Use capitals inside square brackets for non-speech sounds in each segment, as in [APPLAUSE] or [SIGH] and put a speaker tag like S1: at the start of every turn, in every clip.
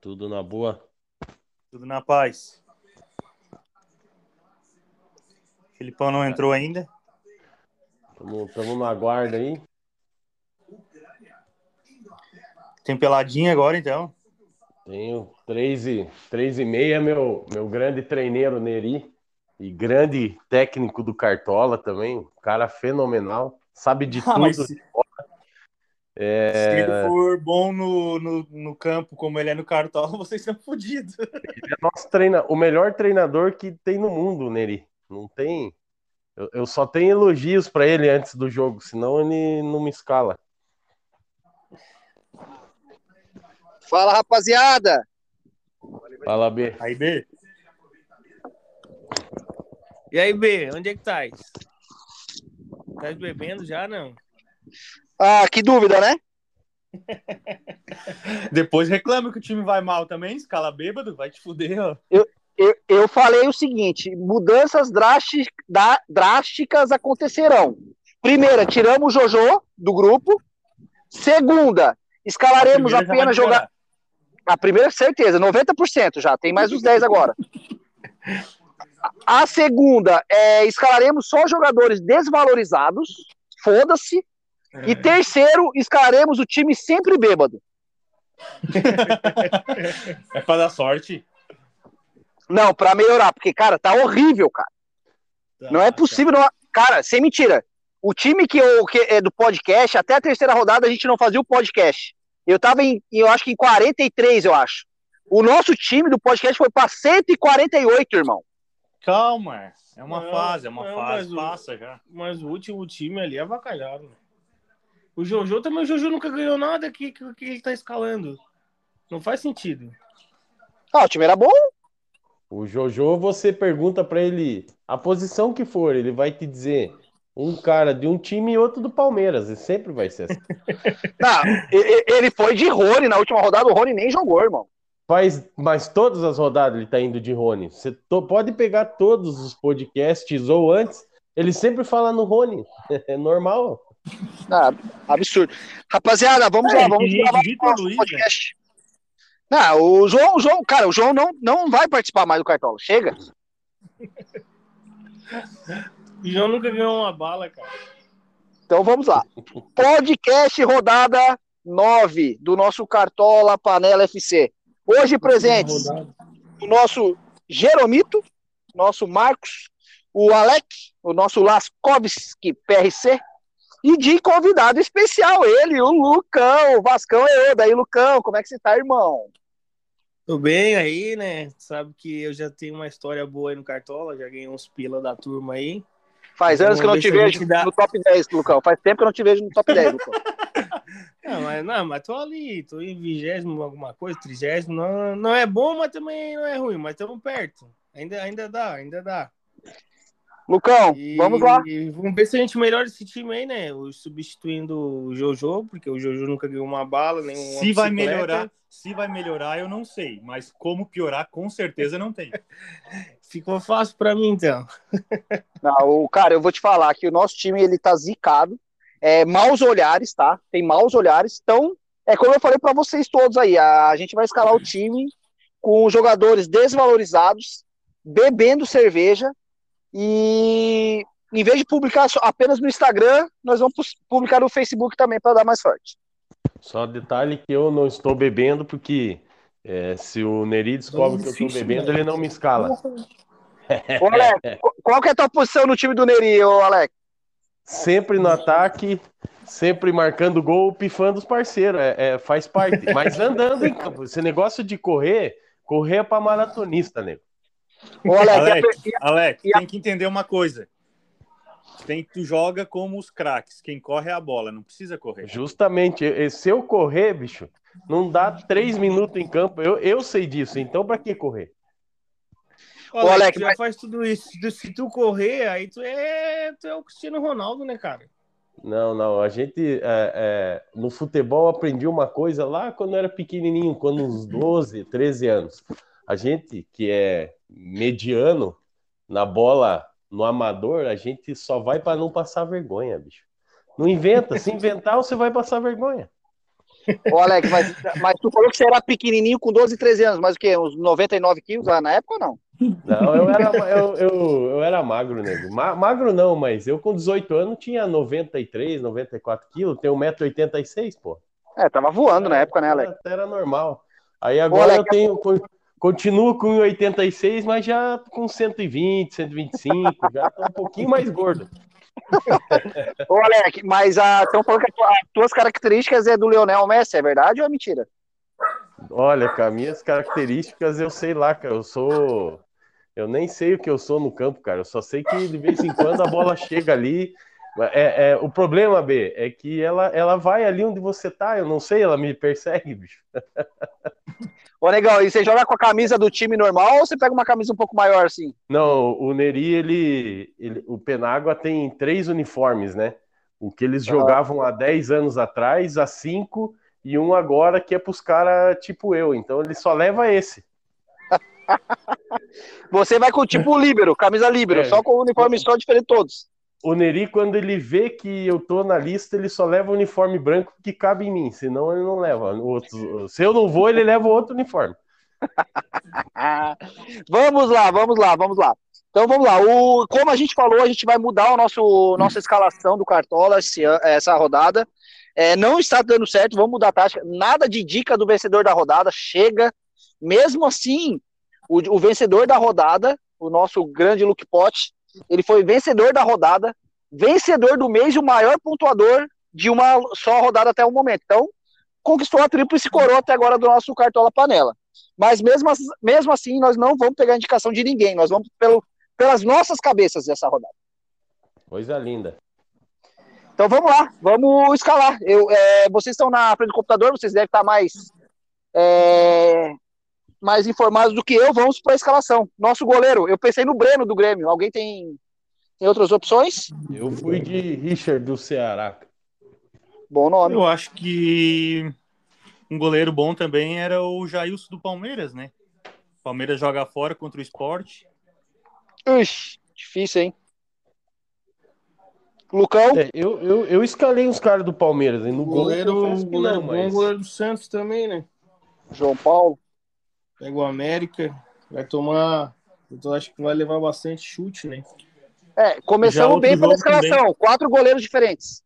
S1: Tudo na boa?
S2: Tudo na paz. Filipão não entrou ainda.
S1: Estamos na guarda aí.
S2: Tem peladinha agora, então.
S1: Tenho três e, três e meia, meu, meu grande treineiro Neri. E grande técnico do Cartola também. Um cara fenomenal. Sabe de
S2: Ah,
S1: tudo.
S2: mas se- Se
S1: É,
S2: ele for bom no, no, no campo, como ele é no cartola, [LAUGHS] vocês são fodidos.
S1: ele é nosso treina, o melhor treinador que tem no mundo, Neri. Não tem. Eu, eu só tenho elogios para ele antes do jogo, senão ele não me escala.
S3: Fala, rapaziada!
S1: Fala, B.
S2: Aí, B,
S4: E aí, B, onde é que tá? Tá bebendo já, não?
S3: Ah, que dúvida, né?
S2: depois reclama que o time vai mal também, escala bêbado, vai te fuder, ó.
S3: Eu, eu falei o seguinte: mudanças drásticas, drásticas acontecerão. Primeira, tiramos o Jojo do grupo. Segunda, escalaremos
S2: A primeira já vai
S3: apenas jogar.
S2: melhorar.
S3: A primeira, certeza, 90% já, tem mais uns 10 agora. A segunda, é, escalaremos só jogadores desvalorizados. Foda-se. E terceiro, escalaremos o time sempre bêbado.
S2: [LAUGHS] É pra dar sorte.
S3: Não, pra melhorar, porque, cara, tá horrível, cara. Não
S2: Tá,
S3: é possível. Não... Cara, sem mentira. O time que, eu, que é do podcast, até a terceira rodada a gente não fazia o podcast. Eu tava em, eu acho que em 43, eu acho. O nosso time do podcast foi pra 148, irmão.
S2: Calma, é uma
S4: Não,
S2: fase, é uma
S4: não, mas
S2: fase,
S4: o-
S2: passa já.
S4: Mas o último time ali é avacalhado. né? O Jojo também, o Jojo nunca ganhou nada que, que, que ele tá escalando. Não faz sentido.
S3: Ah, o time era bom?
S1: O Jojo, você pergunta pra ele a posição que for, ele vai te dizer um cara de um time e outro do Palmeiras, e sempre vai ser assim.
S3: Não, Ah, e- e- ele foi de Rony na última rodada, o Rony nem jogou, irmão.
S1: Faz, mas todas as rodadas ele tá indo de Rony. Você to- pode pegar todos os podcasts ou antes, ele sempre fala no Rony. [LAUGHS] É normal.
S3: Ah, absurdo. Rapaziada, vamos
S2: É,
S3: lá, vamos
S2: e
S3: gravar
S2: Vitor
S3: o nosso
S2: Luiz, né?
S3: podcast. Não, o João, o João, cara, o João não, não vai participar mais do Cartola. Chega.
S4: O João né? nunca ganhou uma bala, cara.
S3: Então vamos
S4: [LAUGHS]
S3: lá. Podcast rodada 9 do nosso Cartola Panela FC. Hoje presentes o nosso Jeromito, nosso Marcos, o Alec, o nosso Laskovski PRC e de convidado especial ele, o Lucão, o Vascão é eu. Daí, Lucão, como é que você tá, irmão?
S4: Tô bem aí, né? Sabe que eu já tenho uma história boa aí no Cartola, já ganhei uns pila da turma aí.
S3: Faz
S4: Vamos
S3: anos que eu não
S4: ver
S3: te
S4: se a
S3: vejo
S4: gente dá.
S3: no top 10, Lucão. Faz tempo que eu não te vejo no top 10, Lucão.
S4: Não, Ah, mas, não, mas tô ali, tô em vigésimo alguma coisa, trigésimo. Não, não é bom, mas também não é ruim, mas estamos perto. Ainda, ainda dá, ainda dá. [LAUGHS]
S3: Lucão,
S4: E-
S3: vamos lá.
S4: e vamos ver se a gente melhora esse time aí, né? O- Substituindo o Jojo, porque o Jojo nunca ganhou uma bala, nem uma
S2: Se vai
S4: bicicleta.
S2: melhorar, se vai melhorar, eu não sei, mas como piorar, com certeza não tem.
S4: Ficou fácil pra mim, então.
S3: Não, o, cara, eu vou te falar que o nosso time ele tá zicado. É, maus olhares, tá? Tem maus olhares. Então, é como eu falei pra vocês todos aí, a, a gente vai escalar o time com jogadores desvalorizados, bebendo cerveja e em vez de publicar só- apenas no Instagram, nós vamos pus- publicar no Facebook também pra dar mais sorte.
S1: Só detalhe que eu não estou bebendo, porque é, se o Neri descobre que eu estou
S4: Difícil,
S1: bebendo,
S4: né?
S1: ele não me escala.
S3: Ô, Alex, qu- qual que é a tua posição no time do Neri, ô, Alex?
S1: Sempre no ataque, sempre marcando gol, pifando os parceiros. É, é, faz parte. Mas andando em campo. Esse negócio de correr, correr é para maratonista, nego.
S3: Ô, Alex,
S2: [LAUGHS]
S3: É, e a
S2: Alex.
S3: per- e
S2: Alex,
S3: E a-
S2: tem que entender uma coisa. Tem, tu joga como os craques. Quem corre é a bola, não precisa correr.
S1: Justamente. e- e Se eu correr, bicho, não dá três minutos em campo. Eu, eu sei disso. Então, para que correr?
S4: Olha,
S3: Ô, Alex,
S4: tu já
S3: mas-
S4: faz tudo isso. Tu- Se tu correr, aí tu é, tu é o Cristiano Ronaldo, né, cara?
S1: Não, não. A gente é, é, no futebol aprendi uma coisa lá quando eu era pequenininho, quando uns 12, 13 anos. A gente que é mediano na bola, no amador, a gente só vai para não passar vergonha, bicho. Não inventa. Se inventar, você vai passar vergonha.
S3: Ô, Alex, mas, mas tu falou que você era pequenininho com 12, 13 anos, mas o quê? Uns 99 quilos lá na época ou não?
S1: Não, eu era, eu, eu, eu era magro, nego. Ma- magro não, mas eu com 18 anos tinha 93, 94 quilos, tenho 1,86m, pô.
S3: É, tava voando na época, né,
S1: Era-
S3: Alex?
S1: Até era normal. Aí agora
S3: Alex,
S1: eu tenho. con- Continuo com 86, mas já com 120, 125, já tô um pouquinho mais gordo.
S3: Ô, Alex, mas a, estão falando que a tua- as tuas características é do Leonel Messi, é verdade ou é mentira?
S1: Olha, cara, minhas características, eu sei lá, cara, eu sou. Eu nem sei o que eu sou no campo, cara. Eu só sei que de vez em quando a bola chega ali. É, é, o problema, B, é que ela, ela vai ali onde você tá. Eu não sei, ela me persegue, bicho.
S3: Ô, Negão, e você joga com a camisa do time normal ou você pega uma camisa um pouco maior assim?
S1: Não, o Neri, ele, ele- o Penágua tem três uniformes, né? O que eles
S3: Tá.
S1: jogavam há 10 anos atrás, há 5, e um agora que é pros caras tipo eu. Então ele só leva esse.
S3: Você vai com tipo líbero, camisa líbero,
S1: É.
S3: só com o uniforme só diferente de todos.
S1: O Neri, quando ele vê que eu tô na lista, ele só leva o uniforme branco que cabe em mim, senão ele não leva. outro- se eu não vou, ele leva outro uniforme.
S3: Ah, [LAUGHS] vamos lá, vamos lá, vamos lá. Então vamos lá. O, como a gente falou, a gente vai mudar o nosso nossa escalação do Cartola esse an- essa rodada. É, não está dando certo, vamos mudar a tática. Nada de dica do vencedor da rodada, chega. Mesmo assim, o, o vencedor da rodada, o nosso grande Luke Pote, ele foi vencedor da rodada, vencedor do mês, e o maior pontuador de uma só rodada até o momento. Então, conquistou a tríplice coroa até agora do nosso Cartola Panela. Mas mesmo, as- mesmo assim, nós não vamos pegar indicação de ninguém. Nós vamos pelo, pelas nossas cabeças dessa rodada.
S1: Coisa linda.
S3: Então vamos lá, vamos escalar. Eu, é, vocês estão na frente do computador, vocês devem estar mais, é, mais informados do que eu. Vamos para a escalação. Nosso goleiro, eu pensei no Breno do Grêmio. Alguém tem, tem outras opções?
S1: Eu fui de Richard do Ceará.
S3: Bom nome.
S2: Eu acho que um goleiro bom também era o Jailson do Palmeiras, né? O Palmeiras joga fora contra o esporte.
S3: Ixi, difícil, hein? Lucão,
S1: É, eu, eu, eu escalei os caras do Palmeiras, hein? No
S4: O
S1: gol,
S4: goleiro,
S1: eu confesso
S4: o
S1: que
S4: goleiro
S1: não,
S4: bom, o
S1: mas-
S4: goleiro do Santos também, né?
S2: É.
S3: João Paulo.
S4: Pega o América, vai tomar. Então acho que vai levar bastante chute, né?
S3: É,
S2: Já
S3: começamos
S2: outro
S3: bem pela
S2: jogo também.
S3: escalação. Quatro goleiros diferentes.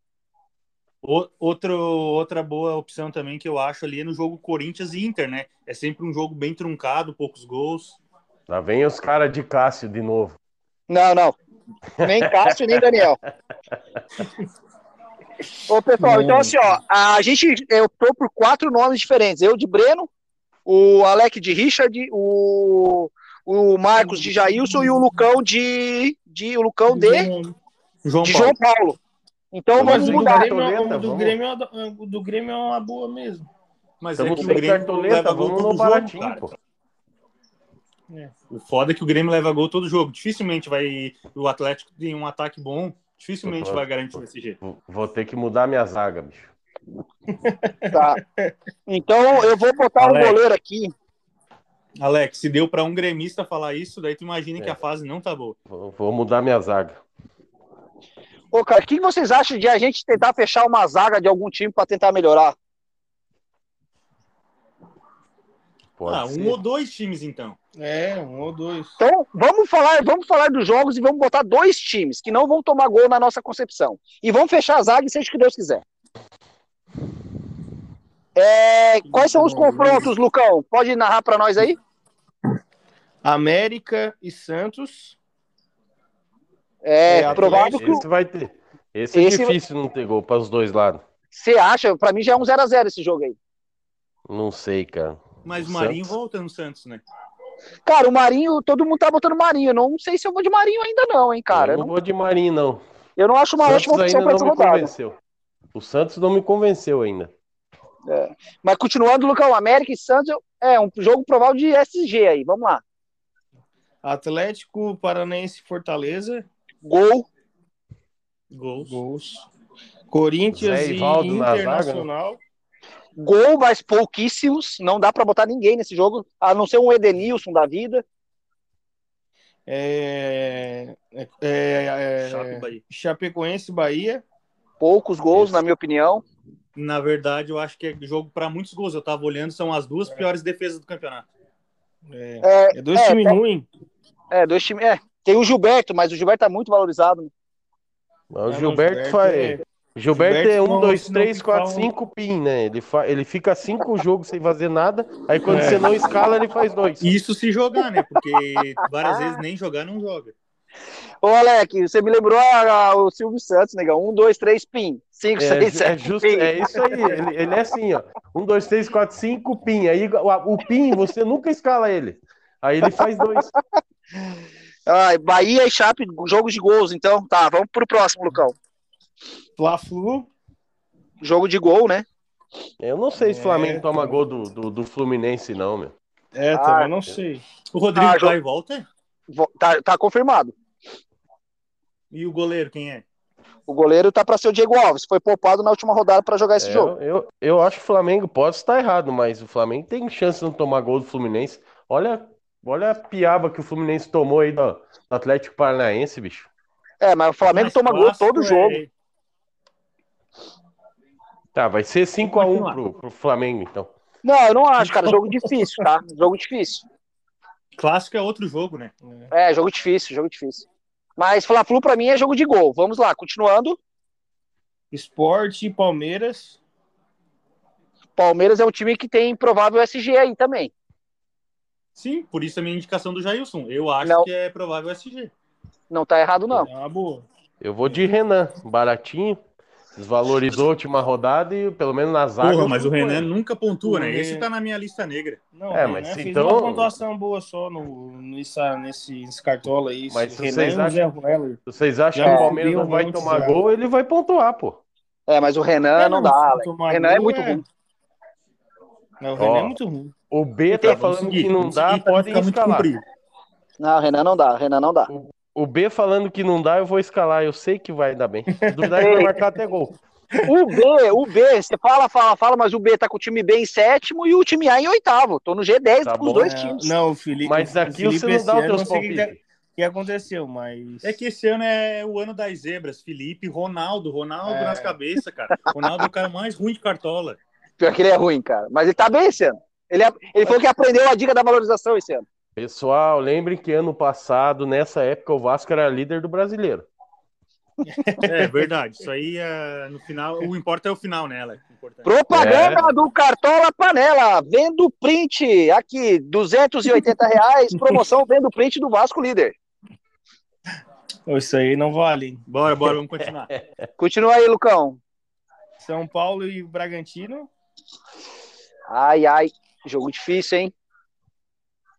S2: O- outro, outra boa opção também que eu acho ali é no jogo Corinthians e Inter, né? É sempre um jogo bem truncado, poucos gols.
S1: Lá vem os caras de Cássio de novo.
S3: Não, não. Nem Cássio, nem Daniel. [LAUGHS] Ô, pessoal, então assim, ó, a gente é, optou por quatro nomes diferentes. Eu de Breno, o Alec de Richard, o, o Marcos de Jailson e o Lucão de. de o Lucão de,
S2: João Paulo.
S3: de João Paulo. Então
S1: Mas
S3: vamos
S4: o
S1: o
S3: mudar.
S4: Grêmio,
S1: Bartoleta,
S4: o do
S1: vamos.
S4: Grêmio, é uma- o do Grêmio é uma boa mesmo.
S2: Mas é
S1: Estamos
S2: que o
S1: sem
S2: Grêmio leva
S1: cartoleta,
S2: gol
S1: vamos no
S2: todo jogo,
S1: baratinho,
S2: cara.
S1: pô.
S2: O foda é que o Grêmio leva gol todo jogo. Dificilmente vai. O Atlético tem um ataque bom. Dificilmente
S1: Uhum.
S2: vai garantir o SG.
S1: Vou- Vou ter que mudar minha zaga, bicho.
S3: Tá. Então eu vou botar um
S2: Alec.
S3: goleiro aqui.
S2: Alex, se deu pra um gremista falar isso, daí tu imagina
S1: É.
S2: que a fase não tá boa.
S1: Vou, vou mudar minha zaga.
S3: Ô, cara, o que vocês acham de a gente tentar fechar uma zaga de algum time para tentar melhorar?
S1: Pode
S2: ah,
S1: ser.
S2: um ou dois times então.
S4: É, um ou dois.
S3: Então, vamos falar, vamos falar dos jogos e vamos botar dois times que não vão tomar gol na nossa concepção. E vamos fechar a zaga, seja o que Deus quiser. É, quais são os confrontos, Lucão? Pode narrar pra nós aí?
S4: América e Santos.
S3: É,
S4: É,
S3: provável que o-
S1: Esse vai ter. Esse é
S3: Esse vai-
S1: difícil não ter gol para os dois lados.
S3: você acha, Pra mim já é um 0x0 esse jogo aí.
S1: Não sei, cara.
S2: Mas o
S1: O
S2: Marinho
S1: Santos.
S2: volta no Santos, né?
S3: Cara, o Marinho, todo mundo tá botando Marinho. Não sei se eu vou de Marinho ainda não, hein, cara.
S1: eu
S3: Eu
S1: não
S3: não,
S1: vou de Marinho, não.
S3: eu não acho uma
S1: o
S3: ótima
S1: Santos
S3: opção
S1: ainda
S3: pra
S1: não
S3: essa
S1: me
S3: rodada.
S1: convenceu. O Santos não me convenceu ainda.
S3: Mas continuando, Lucão, América e Santos eu- é um jogo provável de SG aí. Vamos lá.
S4: Atlético Paranaense e Fortaleza.
S3: Gol.
S2: Gols.
S4: Gols. Corinthians
S1: Zé
S4: e
S1: Ivaldo na zaga, né?
S4: Internacional.
S3: Gol, mas pouquíssimos. Não dá pra botar ninguém nesse jogo, a não ser um Edenilson da vida.
S4: É, é, é, é,
S2: Chape, Bahia.
S4: Chapecoense e Bahia.
S3: Poucos gols,
S1: Isso.
S3: na minha opinião.
S2: Na verdade, eu acho que é jogo para muitos gols. Eu tava olhando, são as duas piores defesas do campeonato.
S4: É,
S3: É,
S4: é dois
S3: é,
S4: times
S3: tá-
S4: ruins.
S3: é, dois times. É, tem o Gilberto, mas o Gilberto tá muito valorizado. né?
S1: Mas o
S4: Ah, não,
S1: Gilberto faz.
S4: é-
S1: Gilberto, é
S4: Gilberto
S1: um,
S4: não-
S1: dois,
S4: não
S1: três, quatro,
S4: fala-
S1: cinco pin, né? Ele, fa... ele fica cinco jogos sem fazer nada, aí quando você não escala, ele faz dois.
S2: Isso se jogar, né? Porque
S3: [LAUGHS] Ah.
S2: várias vezes nem jogar não joga.
S3: Ô, Alec, você me lembrou a- a- o Silvio Santos, negão. Um, dois, três, pin. Cinco,
S1: É,
S3: seis,
S1: ju- é
S3: sete.
S1: justo,
S3: pin.
S1: é isso aí. Ele, ele é assim, ó. Um, dois, três, quatro, cinco, pin. Aí o, o pin, você nunca escala ele. Aí ele faz dois.
S3: Ai, Bahia e Chape, jogo de gols, então. Tá, vamos pro próximo, Lucão.
S4: Fla-Flu.
S3: Jogo de gol, né?
S1: Eu não sei se o
S4: É,
S1: Flamengo
S4: então.
S1: toma gol do, do, do Fluminense, não, meu.
S4: É,
S3: Ah,
S4: também não sei.
S2: O Rodrigo
S3: Ah, jo-
S2: vai e volta?
S3: Vo- Tá, tá confirmado.
S2: E o goleiro, quem é?
S3: O goleiro tá pra ser o Diego Alves. Foi poupado na última rodada pra jogar esse
S1: É,
S3: jogo.
S1: eu, eu, eu acho que o Flamengo pode estar errado, mas o Flamengo tem chance de não tomar gol do Fluminense. Olha, olha a piaba que o Fluminense tomou aí do, do Atlético Paranaense, bicho.
S3: É, mas o Flamengo
S2: Mas
S3: toma gol
S2: clássico
S3: todo jogo.
S2: é-
S1: Tá, vai ser 5x1
S2: Continuar.
S1: pro, pro Flamengo, então.
S3: Não, eu não acho, cara. Jogo [LAUGHS] difícil, tá? Jogo difícil.
S2: Clássico é outro jogo, né?
S3: É, jogo difícil, jogo difícil. Mas Fla-Flu pra mim é jogo de gol. Vamos lá, continuando.
S4: Esporte e Palmeiras.
S3: Palmeiras é um time que tem provável SG aí também.
S2: Sim, por isso a minha indicação do Jailson. Eu acho
S3: Não.
S2: que é provável o SG.
S3: Não tá errado, não.
S4: É uma boa.
S1: Eu vou de Renan, baratinho. Desvalorizou a última rodada e pelo menos na zaga.
S2: Porra,
S1: eu
S2: mas o
S1: fui com
S2: Renan
S1: ele.
S2: nunca pontua, né?
S4: Renan-
S2: Esse tá na minha lista negra.
S4: Não,
S1: É,
S4: é,
S1: mas
S4: mas
S1: se
S4: fez
S1: então-
S4: uma pontuação boa só no, nessa, nesse, nesse cartola aí.
S1: Mas
S4: esse
S1: se
S4: Renan
S1: vocês
S4: e o Zé Rueller.
S1: Se Vocês acham
S4: Já
S1: que o Palmeiras
S4: subiu
S1: não vai
S4: muito,
S1: tomar
S4: já.
S1: gol? Ele vai pontuar, pô.
S3: É, mas o Renan não, dá, Alex.
S4: tomar
S3: Renan é
S4: gol
S3: muito ruim.
S4: Não, o
S1: Ó.
S4: Renan é muito ruim.
S1: O B tá
S2: Vamos
S1: falando
S2: seguir,
S1: que não
S2: vamos
S1: dá,
S2: seguir pra
S1: pode
S2: ficar muito
S1: escalar.
S2: comprido.
S3: Não, o Renan não dá, o Renan não dá.
S1: O B falando que não dá, eu vou escalar. Eu sei que vai dar
S2: [LAUGHS]
S1: bem. Se duvidar, ele vai marcar até gol.
S3: O B, o B, você fala, fala, fala, mas o B tá com o time B em sétimo e o time A em oitavo. Tô no G10
S1: Tá
S3: com os
S1: bom.
S3: dois
S4: É,
S3: times.
S4: Não, o Felipe.
S1: Mas
S4: o
S1: aqui você
S4: Felipe
S1: não dá
S4: esse
S1: os
S4: ano,
S1: teus
S4: sei o que,
S1: palpites.
S4: que aconteceu, mas.
S2: É que esse ano é o ano das zebras. Felipe, Ronaldo, Ronaldo
S4: É.
S2: nas cabeças, cara. Ronaldo é o cara mais ruim de cartola.
S3: Pior que ele é ruim, cara. Mas ele tá bem esse ano. Ele, ele falou que aprendeu a dica da valorização esse ano.
S1: Pessoal, lembrem que ano passado, nessa época, o Vasco era líder do brasileiro.
S2: É verdade. Isso aí é, no final. O importa é o final, né, Alex? O importante.
S3: Propaganda
S2: É.
S3: do Cartola Panela. Vendo print aqui, 280 reais. Promoção vendo print do Vasco Líder.
S4: Ô, Isso aí não vale. hein?
S2: Bora, bora,
S1: [LAUGHS]
S2: vamos continuar.
S3: Continua aí, Lucão.
S4: São Paulo e Bragantino.
S3: Ai, ai. Jogo difícil, hein?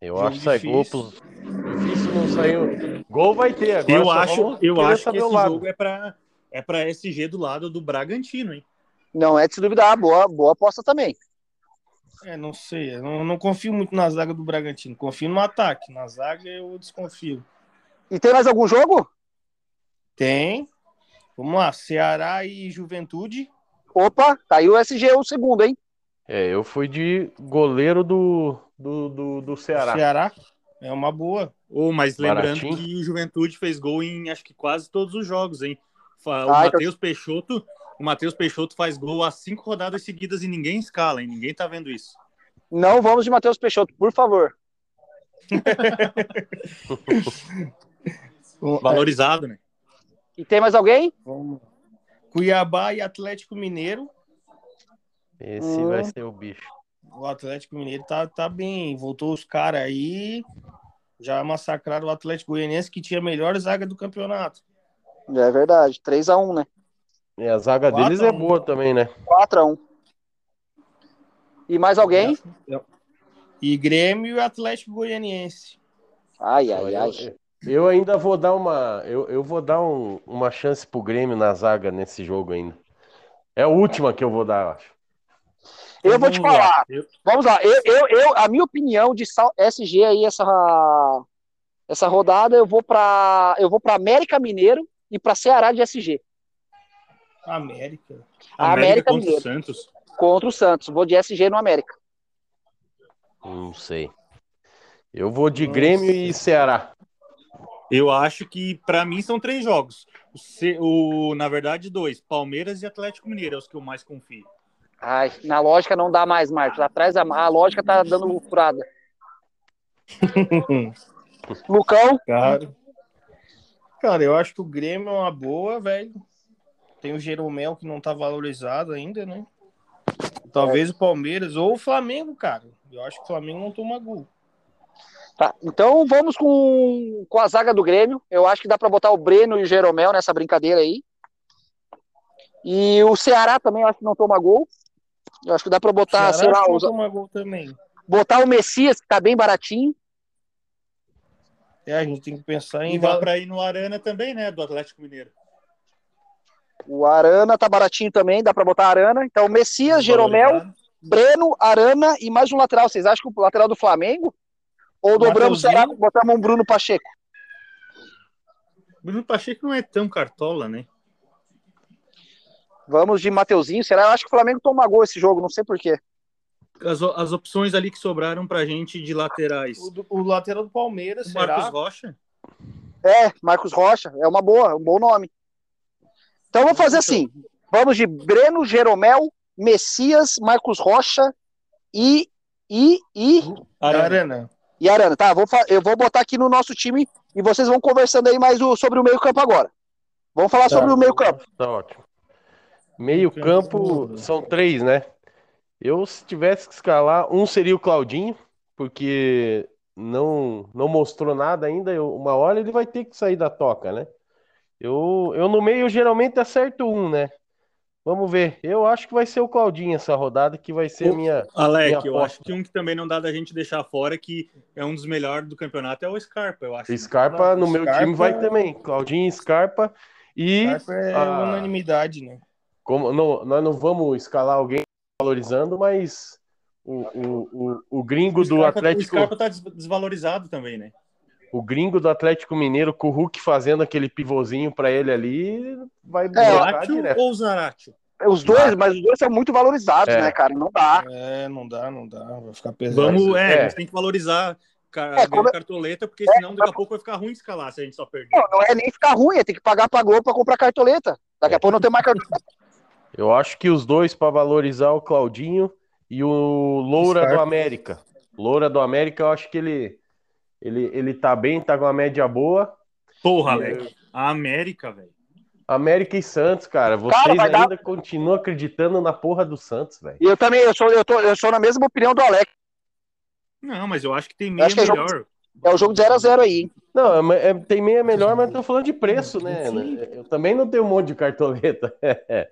S1: Eu
S4: Jogo
S1: acho que sai
S4: difícil.
S1: gol pros... Difícil não saiu. Gol vai ter agora.
S2: Eu
S1: só
S2: acho,
S1: vamos
S2: eu
S1: querer
S2: acho que
S1: saber
S2: esse
S1: o lado.
S2: jogo é pra, é pra SG do lado do Bragantino, hein?
S3: Não é de se duvidar. Boa, boa aposta também.
S4: É, não sei. Eu não, não confio muito na zaga do Bragantino. Confio no ataque. Na zaga eu desconfio.
S3: E tem mais algum jogo?
S4: Tem. Vamos lá. Ceará e Juventude.
S3: Opa, caiu o SG o segundo, hein?
S1: É, eu fui de goleiro do, do, do, do Ceará.
S4: Ceará é uma boa.
S2: Ou, mas lembrando
S1: Baratinho.
S2: que o Juventude fez gol em acho que quase todos os jogos, hein? Fa- O
S3: Ah, então-
S2: Matheus Peixoto, o Matheus Peixoto faz gol há cinco rodadas seguidas e ninguém escala, hein? Ninguém tá vendo isso.
S3: Não vamos de Matheus Peixoto, por favor.
S4: O-
S2: Valorizado, né?
S3: E tem mais alguém?
S4: É, Vamos. Cuiabá e Atlético Mineiro.
S1: Esse vai ser o bicho.
S4: O Atlético Mineiro tá, tá bem. Voltou os caras aí. Já massacraram o Atlético Goianiense, que tinha a melhor zaga do campeonato.
S3: É verdade, 3x1, né?
S1: É, a zaga
S4: Quatro
S1: deles
S4: a
S1: é
S4: um.
S1: boa também, né?
S3: 4x1. E mais alguém?
S4: E Grêmio e Atlético Goianiense.
S3: Ai,
S1: Eu-
S3: ai,
S1: eu-
S3: ai.
S1: Eu ainda vou dar uma. Eu, eu vou dar um- uma chance pro Grêmio na zaga nesse jogo ainda. É a última que eu vou dar, eu acho.
S3: Eu vou te
S2: Vamos lá.
S3: falar.
S2: Eu-
S3: Vamos lá. Eu, eu, eu- a minha opinião de sal- SG aí, essa, essa rodada, eu vou pra. eu vou para América Mineiro e pra Ceará de SG
S4: América.
S3: A
S2: América,
S3: América
S2: contra
S3: Mineiro.
S2: o Santos.
S3: contra o Santos. Vou de SG no América.
S1: Não sei. Eu vou de
S4: Nossa.
S1: Grêmio e Ceará.
S2: Eu acho que, pra mim, são três jogos. O, Ce- o- na verdade, dois. Palmeiras e Atlético Mineiro é os que eu mais confio.
S3: Ai, na lógica não dá mais, Marcos. Atrás a, a lógica tá dando furada. Lucão,
S4: Cara. Cara, eu acho que o Grêmio é uma boa, velho. Tem o Jeromel que não tá valorizado ainda, né? Talvez o Palmeiras ou o Flamengo, cara. Eu acho que o Flamengo não toma gol.
S3: tá. Então vamos com, com a zaga do Grêmio. Eu acho que dá pra botar o Breno e o Jeromel nessa brincadeira aí. E o Ceará também, eu acho que não toma gol. Eu acho que dá pra botar,
S4: Ceará
S3: Tá, sei lá,
S4: acho que não
S3: os-
S4: toma gol também.
S3: botar o Messias, que tá bem baratinho.
S4: É, a gente tem que pensar em
S2: E dá pra ir no Arana também, né? Do Atlético Mineiro.
S3: O Arana tá baratinho também, dá pra botar Arana. Então, Messias, Jeromel,
S2: Valorizado.
S3: Breno, Arana e mais um lateral. Vocês acham que o lateral do Flamengo? Ou dobramos,
S4: Mateuzinho.
S3: será que botamos um Bruno Pacheco?
S2: Bruno Pacheco não é tão cartola, né?
S3: Vamos de Mateuzinho, será? Eu acho que o Flamengo toma gol esse jogo, não sei porquê.
S2: As, o- as opções ali que sobraram pra gente de laterais.
S4: O, do- o lateral do Palmeiras,
S2: O
S4: será?
S2: Marcos Rocha?
S3: É, Marcos Rocha, é uma boa, é um bom nome. Então, vamos fazer assim. Vamos de Breno, Jeromel, Messias, Marcos Rocha e... e, e...
S4: Arana.
S3: E Arana, tá? Vou, fa- eu vou botar aqui no nosso time e vocês vão conversando aí mais o- sobre o meio-campo agora. Vamos falar sobre o meio-campo.
S1: Tá ótimo. Meio campo são três, né? Eu, se tivesse que escalar, um seria o Claudinho, porque não não mostrou nada ainda. eu- uma hora ele vai ter que sair da toca, né? Eu, eu no meio geralmente acerto um, né? Vamos ver. Eu acho que vai ser o Claudinho essa rodada, que vai ser a minha.
S2: Alec,
S1: Minha
S2: eu
S1: aposta.
S2: acho que um que também não dá da gente deixar fora, que é um dos melhores do campeonato, é o Scarpa, eu acho.
S1: Scarpa no meu
S4: Scarpa-
S1: time vai também. Claudinho, Scarpa. E
S4: Scarpa é
S1: Ah.
S4: unanimidade, né?
S1: Como, não, nós não vamos escalar alguém valorizando, mas o, o, o, o gringo
S2: O
S1: do
S2: Scarpa-
S1: Atlético,
S2: O Scarpa tá des- desvalorizado também, né?
S1: o gringo do Atlético Mineiro com o Hulk fazendo aquele pivôzinho pra ele ali,
S3: É,
S1: vai
S3: tá
S1: botar
S2: Zaratio
S1: direto.
S2: ou Zaratio?
S3: Os dois, mas os dois são muito valorizados,
S1: É.
S3: né, cara? Não dá.
S4: É, não dá, não dá. Vai ficar pesado.
S2: Vamos, é,
S1: É.
S2: a gente tem que valorizar cara,
S3: É,
S2: ganhar
S3: como-
S2: cartoleta, porque senão daqui a pouco vai ficar ruim escalar se a gente só perder.
S3: Não, não é nem ficar ruim, é ter que pagar pra Globo pra comprar cartoleta. Daqui a pouco não tem mais cartoleta.
S1: Eu acho que os dois pra valorizar o Claudinho e o Loura
S4: Scarpa.
S1: do América. Loura do América, eu acho que ele, ele, ele tá bem, tá com uma média boa.
S2: Porra,
S3: É.
S2: Alec. A América, velho.
S1: América e Santos, cara, vocês
S3: vai dar-
S1: ainda continuam acreditando na porra do Santos, velho.
S3: [LAUGHS] E eu também, eu sou, eu, tô, eu sou na mesma opinião do Alex.
S2: Não, mas eu acho que tem meio
S3: acho que é jogo-
S2: melhor.
S3: É o jogo de 0 a 0 aí. hein?
S1: Não, é ma- é- tem meia melhor, mas tô falando de preço, né? Eu também não tenho um monte de cartoleta. [LAUGHS]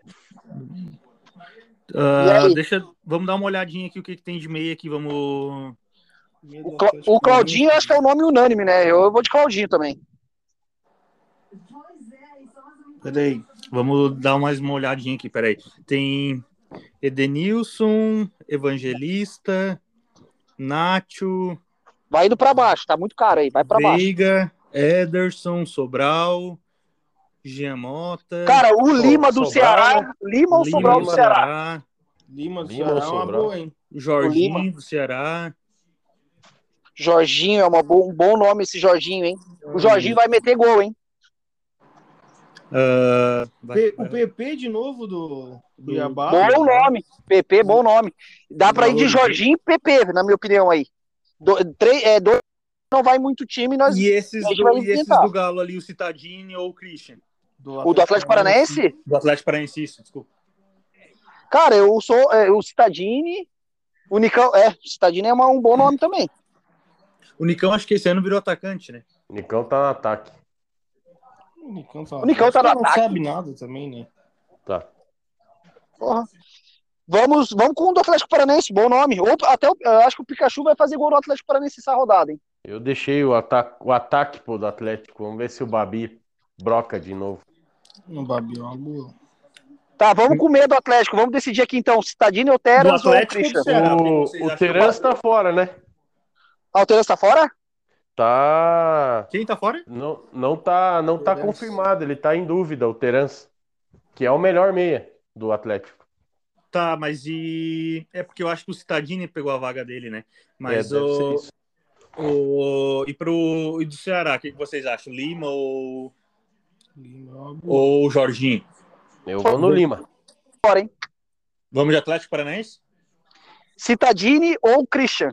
S2: Ah,
S3: E aí?
S2: deixa, vamos dar uma olhadinha aqui o que, que tem de meia aqui, vamos.
S3: é, O, Cla- o Claudinho, eu acho que é o nome unânime, né? Eu, eu vou de Claudinho também.
S2: Peraí, vamos dar mais uma olhadinha aqui, peraí. Tem Edenilson, Evangelista, Nacho,
S3: Vai indo pra baixo, tá muito caro aí, vai pra baixo.
S2: Veiga, Ederson, Sobral, Giamota,
S3: Cara, o Lima do
S1: Sobral.
S3: Ceará, Lima ou Sobral do Ceará?
S4: Lima do
S1: Lima
S4: Ceará
S1: ou
S4: é uma
S1: Sobral?
S4: boa, hein?
S2: Jorginho
S3: O Lima.
S2: do Ceará.
S3: Jorginho é uma bo- um bom nome esse Jorginho, hein? O Jorginho vai meter gol, hein?
S2: ah, vai-
S4: Pe- o PP de novo do Cuiabá.
S3: Bom nome. PP, bom nome. Dá pra ir de
S2: Valor.
S3: Ah, Jorginho e PP, na minha opinião aí. Do, três, é, dois não vai muito time, nós.
S2: E esses,
S3: a gente
S2: do,
S3: vai
S2: e esses
S3: enfrentar.
S2: do Galo ali, o Citadini ou o Christian?
S3: O do Atlético Paranaense?
S2: Do Atlético Paranaense, isso, desculpa.
S3: Cara, eu sou é, o Citadini. O Nicão, é, Citadini é uma- um bom nome também.
S2: O Nicão, acho que esse ano virou atacante, né?
S1: Nicão tá no ataque.
S4: O Nicão tá,
S3: O Nicão tá no
S4: Acho que
S3: ataque.
S4: Não sabe nada também, né?
S1: Tá.
S3: Porra. Vamos, vamos com o do Atlético Paranaense, bom nome. Ou até o- eu acho que o Pikachu vai fazer gol no Atlético Paranaense essa rodada, hein?
S1: Eu deixei o ataque, o ataque pô, do Atlético. Vamos ver se o Babi broca de novo.
S4: No Babi, é uma boa.
S3: Tá, vamos com medo do Atlético. Vamos decidir aqui então, Citadini ou
S2: Do
S3: Terans ou
S2: Atlético ou
S3: Christian?
S2: do Ceará? Quem
S1: O,
S2: É, vocês acham
S1: o
S2: que
S1: Terence
S2: vai?
S1: tá fora, né?
S3: Ah, o Terans tá fora?
S1: Tá.
S2: Quem tá fora?
S1: Não, não tá, não tá
S4: Terence.
S1: confirmado, ele tá em dúvida, o Terence, que é o melhor meia do Atlético. É,
S2: Tá, mas e. É porque eu acho que o Citadini pegou a vaga dele, né? Mas
S1: É, deve ser
S2: o...
S1: isso.
S2: o. E pro. E do Ceará, o que que vocês acham? Lima ou.
S4: Lima é uma boa.
S2: Ou Jorginho?
S1: Eu vou no Lima.
S3: Fora, hein?
S2: Vamos de Atlético Paranaense?
S3: Citadini ou Christian?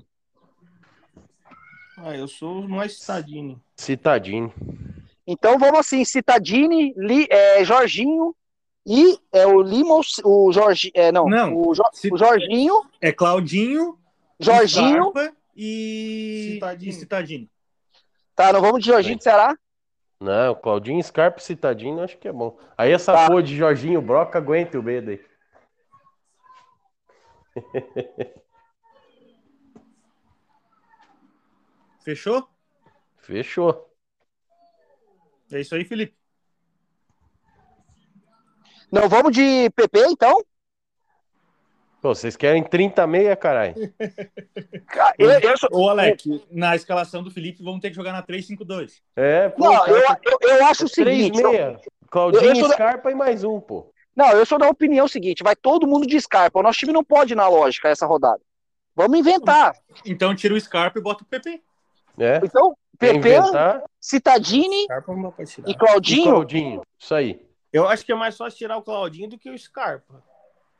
S4: Ah, eu sou mais Citadini.
S1: Citadini.
S3: Então vamos assim, Citadini, Li- é, Jorginho e é, o Lima, ou C- o Jorginho, não,
S2: Não,
S3: o, Jo-
S2: Cit-
S3: o Jorginho,
S2: É Claudinho,
S3: Jorginho,
S2: Scarpa e
S4: Citadini.
S2: e Citadini.
S3: tá, não vamos de Jorginho, será?
S1: Não, Claudinho, Scarpa e Citadino, acho que é bom. Aí essa
S3: Tá.
S1: porra de Jorginho Broca aguenta o medo aí.
S2: Fechou?
S1: Fechou.
S2: É isso aí, Felipe.
S3: Não vamos de PP, então?
S1: Pô, vocês querem 30-6, caralho?
S3: Ca- Tá, Eu, eu sou-
S2: Ô, Alec, na escalação do Felipe, vamos ter que jogar na 3-5-2.
S1: É, pô.
S3: não, eu, eu, eu acho o seguinte, eu-
S1: 3-6. Claudinho,
S3: eu sou da-
S1: Scarpa e mais um, pô.
S3: Não, eu sou da opinião seguinte: vai todo mundo de Scarpa. O nosso time não pode ir na lógica essa rodada. Vamos inventar.
S2: Então tira o Scarpa e bota o PP.
S1: É.
S3: Então,
S1: Quer
S3: PP,
S1: inventar?
S3: Citadini
S4: Scarpa não dá pra tirar.
S3: e
S1: E
S3: Claudinho.
S1: Claudinho. Isso aí.
S4: Eu acho que é mais fácil tirar o Claudinho do que o Scarpa.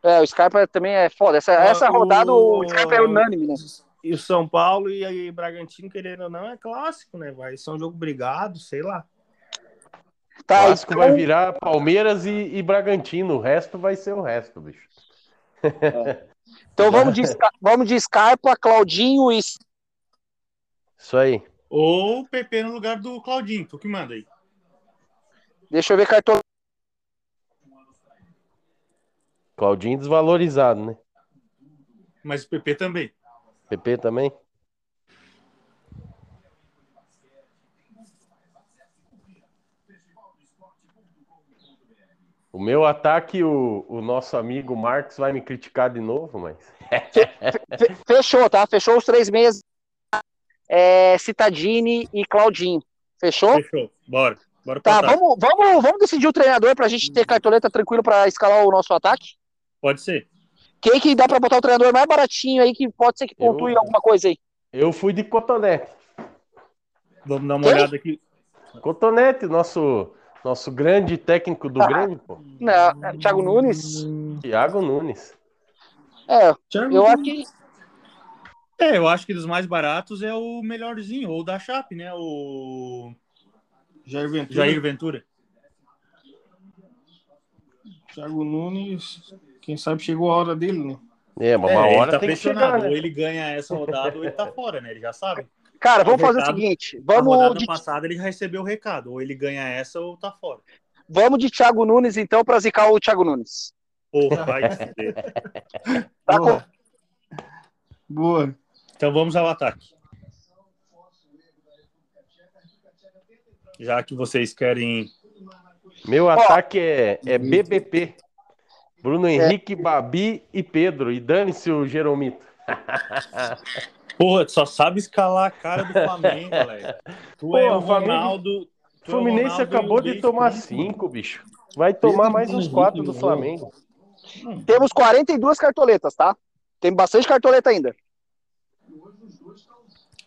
S3: É, o Scarpa também é foda. Essa,
S4: Ah,
S3: essa rodada o
S4: o-
S3: Scarpa é unânime, né?
S4: E o São Paulo e aí Bragantino, querendo ou não, é clássico, né? Vai ser um jogo brigado, sei lá.
S1: O
S3: Tá,
S1: Vasco
S3: então,
S1: vai virar Palmeiras e, e Bragantino. O resto vai ser o resto, bicho.
S3: então vamos, de, Sca- vamos de Scarpa, Claudinho e.
S1: Isso aí.
S2: Ou o PP no lugar do Claudinho, tu que manda aí.
S3: Deixa eu ver cartão.
S1: Claudinho desvalorizado, né?
S2: Mas o PP também.
S1: PP também? O meu ataque, o, o nosso amigo Marcos vai me criticar de novo, mas.
S3: Fe- Fechou, tá? Fechou os três meses. É, Citadini e Claudinho. Fechou?
S2: Fechou. Bora. Bora pro
S3: Tá,
S2: ataque.
S3: vamos, vamos, vamos decidir o treinador pra gente ter cartoleta tranquilo pra escalar o nosso ataque?
S2: Pode ser.
S3: Quem que dá pra botar o treinador mais baratinho aí que pode ser que pontue
S1: Eu-
S3: alguma coisa aí?
S1: Eu fui de Cotonete.
S2: Vamos dar uma
S3: Quem?
S2: olhada aqui.
S1: Cotonete, nosso, nosso grande técnico do
S3: Ah.
S1: Grêmio, pô.
S3: Não, é, Thiago Nunes?
S1: Thiago Nunes.
S3: É,
S4: Thiago
S3: eu acho que.
S2: É, eu acho que dos mais baratos é o melhorzinho, ou o da Chape, né? O
S4: Jair Ventura,
S2: Jair Ventura.
S4: Thiago Nunes, quem sabe chegou a hora dele, né?
S1: É, mas uma
S2: é,
S1: hora
S2: ele tá
S1: tem que chegar,
S2: pressionado.
S1: né?
S2: Ou ele ganha essa rodada ou ele tá fora, né? Ele
S1: [LAUGHS]
S2: já sabe.
S3: Cara, vamos fazer o
S2: Recado. Tá
S3: seguinte:
S2: Na
S3: vamos
S2: rodada
S3: de,
S2: passada ele recebeu o recado. Ou ele ganha essa ou tá fora.
S3: vamos de Thiago Nunes então pra zicar o Thiago Nunes.
S2: Porra, vai
S1: [LAUGHS]
S2: se fuder.
S3: Tá
S4: Boa. Boa.
S2: Então vamos ao ataque. Já que vocês querem.
S1: Meu ataque é, é BBP. Bruno Henrique, Babi e Pedro. E dane-se o Jeromito.
S2: Porra, tu só sabe escalar a cara
S1: [LAUGHS]
S2: do Flamengo, galera. Tu é
S1: Porra,
S2: o
S1: o Flamengo-
S2: Ronaldo.
S1: O
S2: tu é o
S1: Fluminense
S2: Ronaldo
S1: acabou de
S2: inglês,
S1: tomar
S2: Felipe.
S1: cinco, bicho. Vai tomar mais uns quatro do Flamengo.
S3: com- Temos 42 cartoletas, tá? Tem bastante cartoleta ainda.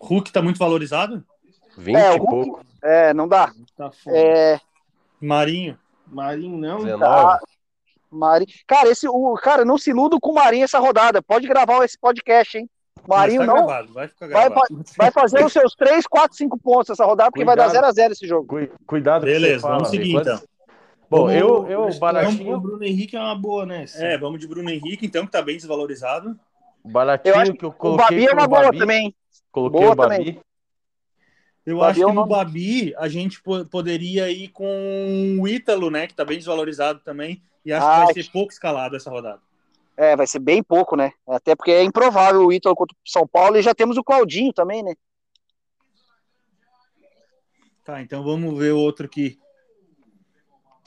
S2: Hulk tá muito valorizado?
S1: Vinte
S3: É, o
S1: e
S3: Hulk-
S1: pouco.
S3: É, não dá.
S4: Tá foda.
S3: É,
S2: Marinho.
S4: Marinho não.
S1: Dezenove.
S3: tá- Mari. Cara, esse, o, cara, não se iluda com o Marinho essa rodada. Pode gravar esse podcast, hein? Marinho
S2: Mas tá
S3: não.
S2: gravado, vai ficar
S3: Vai,
S2: gravado.
S3: vai fazer os seus 3, 4, 5 pontos essa rodada, porque vai dar
S1: Cuidado.
S3: 0x0 esse jogo.
S1: Cu- Cuidado com o que
S2: Beleza, vamos
S1: você fala,
S2: seguir,
S1: velho.
S2: então.
S1: Bom,
S4: Vamos-
S1: eu, eu
S4: acho que vamos pro
S1: baratinho,
S4: Bruno Henrique é uma boa, né?
S2: É, vamos de Bruno Henrique, então, que tá bem desvalorizado.
S3: Eu
S1: baratinho
S3: acho
S1: que, eu
S3: O
S1: coloquei.
S3: Babi é
S1: foi
S3: uma
S1: o
S3: boa
S1: Babi,
S3: também.
S1: Coloquei
S3: Boa
S1: o Babi.
S2: Eu
S3: Babi
S2: acho
S3: é
S2: que
S3: um
S2: no
S3: nome-
S2: Babi a gente po- poderia ir com o Ítalo, né? Que tá bem desvalorizado também. E acho
S3: Ah,
S2: que vai ser pouco escalado essa rodada.
S3: É, vai ser bem pouco, né? Até porque é improvável o Ítalo contra o São Paulo e já temos o Claudinho também, né?
S2: Tá, então vamos ver o outro aqui.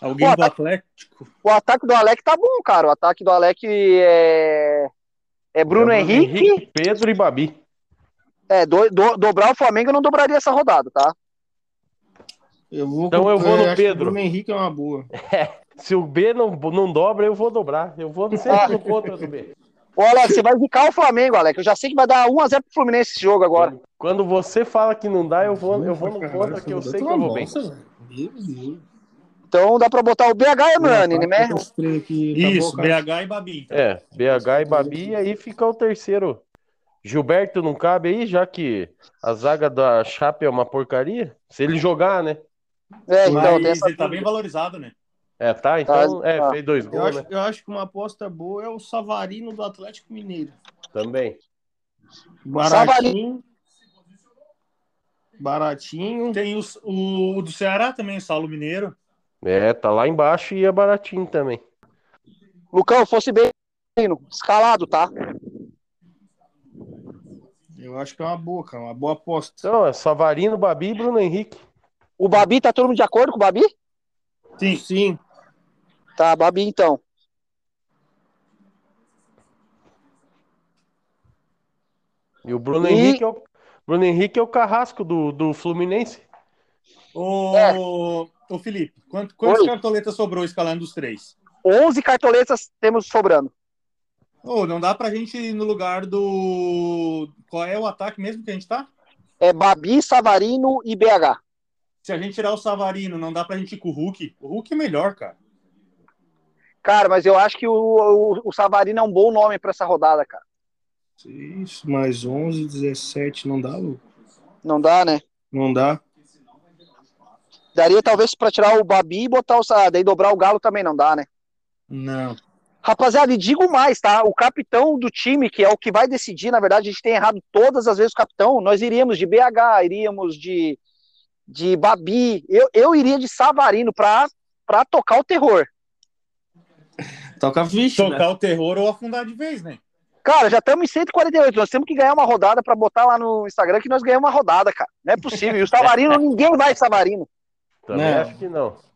S2: Alguém
S3: Pô,
S2: do Atlético.
S3: O ataque do Alec tá bom, cara. O ataque do Alec é, é Bruno
S1: É,
S3: Henrique.
S1: Pedro e Babi.
S3: É, do- do- dobrar o Flamengo eu não dobraria essa rodada, tá?
S4: Eu vou
S1: Então
S4: com-
S1: eu vou no
S4: acho que o
S1: Pedro.
S4: Bruno Henrique é uma boa.
S1: Se o B não, não dobra, eu vou dobrar. Eu vou
S3: Ah.
S1: sempre no contra do B.
S3: Ô, Alec, você vai zicar o Flamengo, Alec. Eu já sei que vai dar 1x0 pro Fluminense esse jogo agora.
S1: Quando
S4: é
S1: você fala que não dá, eu vou, eu vou no contra que eu sei que eu vou bem.
S4: Meu Deus.
S3: Então dá pra botar o BH e o Nani,
S2: tá
S3: né?
S4: Tá
S2: Isso, BH e Babi. então.
S1: É, BH e Babi, e aí fica o terceiro. Gilberto não cabe aí, já que a zaga da Chape é uma porcaria? Se ele jogar, né?
S3: É, então tem
S2: Mas
S3: essa.
S2: ele tá bem valorizado, né?
S1: É, tá? Então, é, fez dois
S4: Eu
S1: gols, né?
S4: acho, eu acho que uma aposta boa é o Savarino do Atlético Mineiro.
S1: Também.
S4: Baratinho. Baratinho.
S2: Tem os- o, o do Ceará também, o Saulo Mineiro.
S1: É, tá lá embaixo e é baratinho também.
S3: Lucão, fosse bem escalado, tá?
S4: Eu acho que é uma boa, cara. Uma boa aposta.
S1: Então, é Savarino, Babi e Bruno Henrique.
S3: O Babi, tá todo mundo de acordo com o Babi?
S2: Sim.
S4: Sim.
S3: Tá, Babi então.
S1: E o Bruno
S3: E-
S1: Henrique é o, Bruno Henrique é o carrasco do, do Fluminense.
S3: É.
S2: Ô, ô Felipe, quant- quantas
S3: Oi.
S2: cartoletas sobrou escalando os três?
S3: 11 cartoletas temos sobrando.
S2: Ô, não dá pra gente ir no lugar do. Qual é o ataque mesmo que a gente tá?
S3: É Babi, Savarino e BH.
S2: Se a gente tirar o Savarino, não dá pra gente ir com o Hulk. O Hulk é melhor, cara.
S3: Cara, mas eu acho que o, o, o Savarino é um bom nome pra essa rodada, cara.
S4: Isso, mais 11, 17. Não dá, Lu?
S3: Não dá, né?
S4: Não dá.
S3: Daria talvez pra tirar o Babi e botar o Sa- ah, daí dobrar o Galo também não dá, né?
S2: Não.
S3: Rapaziada, e digo mais, tá? O capitão do time, que é o que vai decidir, na verdade, a gente tem errado todas as vezes o capitão. Nós iríamos de BH, iríamos de, de Babi. Eu, eu iria de Savarino pra, pra tocar o terror.
S4: Toca a ficha, né?
S2: Tocar o terror ou afundar de vez, né?
S3: Cara, já estamos em 148. Nós temos que ganhar uma rodada pra botar lá no Instagram que nós ganhamos uma rodada, cara. Não é possível. E o [LAUGHS] Savarino, ninguém vai de Savarino.
S1: Também
S4: Não.
S1: acho que não.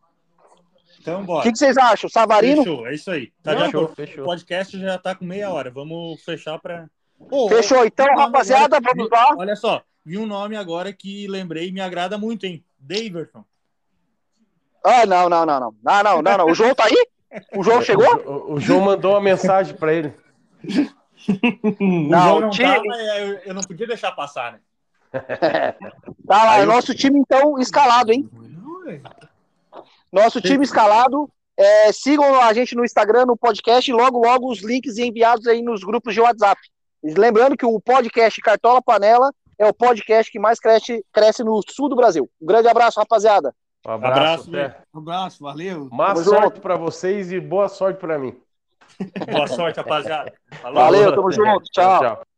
S2: Então,
S3: O
S2: bora.
S3: que, que vocês acham? Savarino?
S2: Fechou, é isso aí. Tá de
S1: fechou,
S2: acordo. O
S1: fechou.
S2: podcast já tá com meia hora. Vamos fechar pra. Ô,
S3: Fechou. Então,
S2: Não,
S3: rapaziada,
S2: agora-
S3: vamos lá.
S2: Olha só, vi um nome agora que lembrei e me agrada muito, hein? Daverton.
S3: Ah, não, não, não, não. Não, não, não, não. O João tá aí? O João chegou?
S1: É, O, Jo- o João mandou uma mensagem pra ele.
S2: O João
S3: Não, tá.
S2: não
S3: o time.
S2: tava, é, eu- eu não podia deixar passar, né?
S3: Tá lá,
S1: Aí
S3: o nosso time, então, escalado, hein? Nosso time escalado. É, sigam a gente no Instagram, no podcast, e logo, logo os links enviados aí nos grupos de WhatsApp. E Lembrando que o podcast Cartola Panela é o podcast que mais cresce, cresce no sul do Brasil. Um grande abraço, rapaziada.
S1: Um abraço.
S2: Abraço, né?
S1: até.
S4: Um abraço, valeu.
S1: Má
S3: Tamo
S1: sorte pra vocês e boa sorte pra mim.
S2: Boa sorte, rapaziada. Falou.
S3: Valeu, tamo
S1: Até.
S3: junto, tchau.
S1: tchau.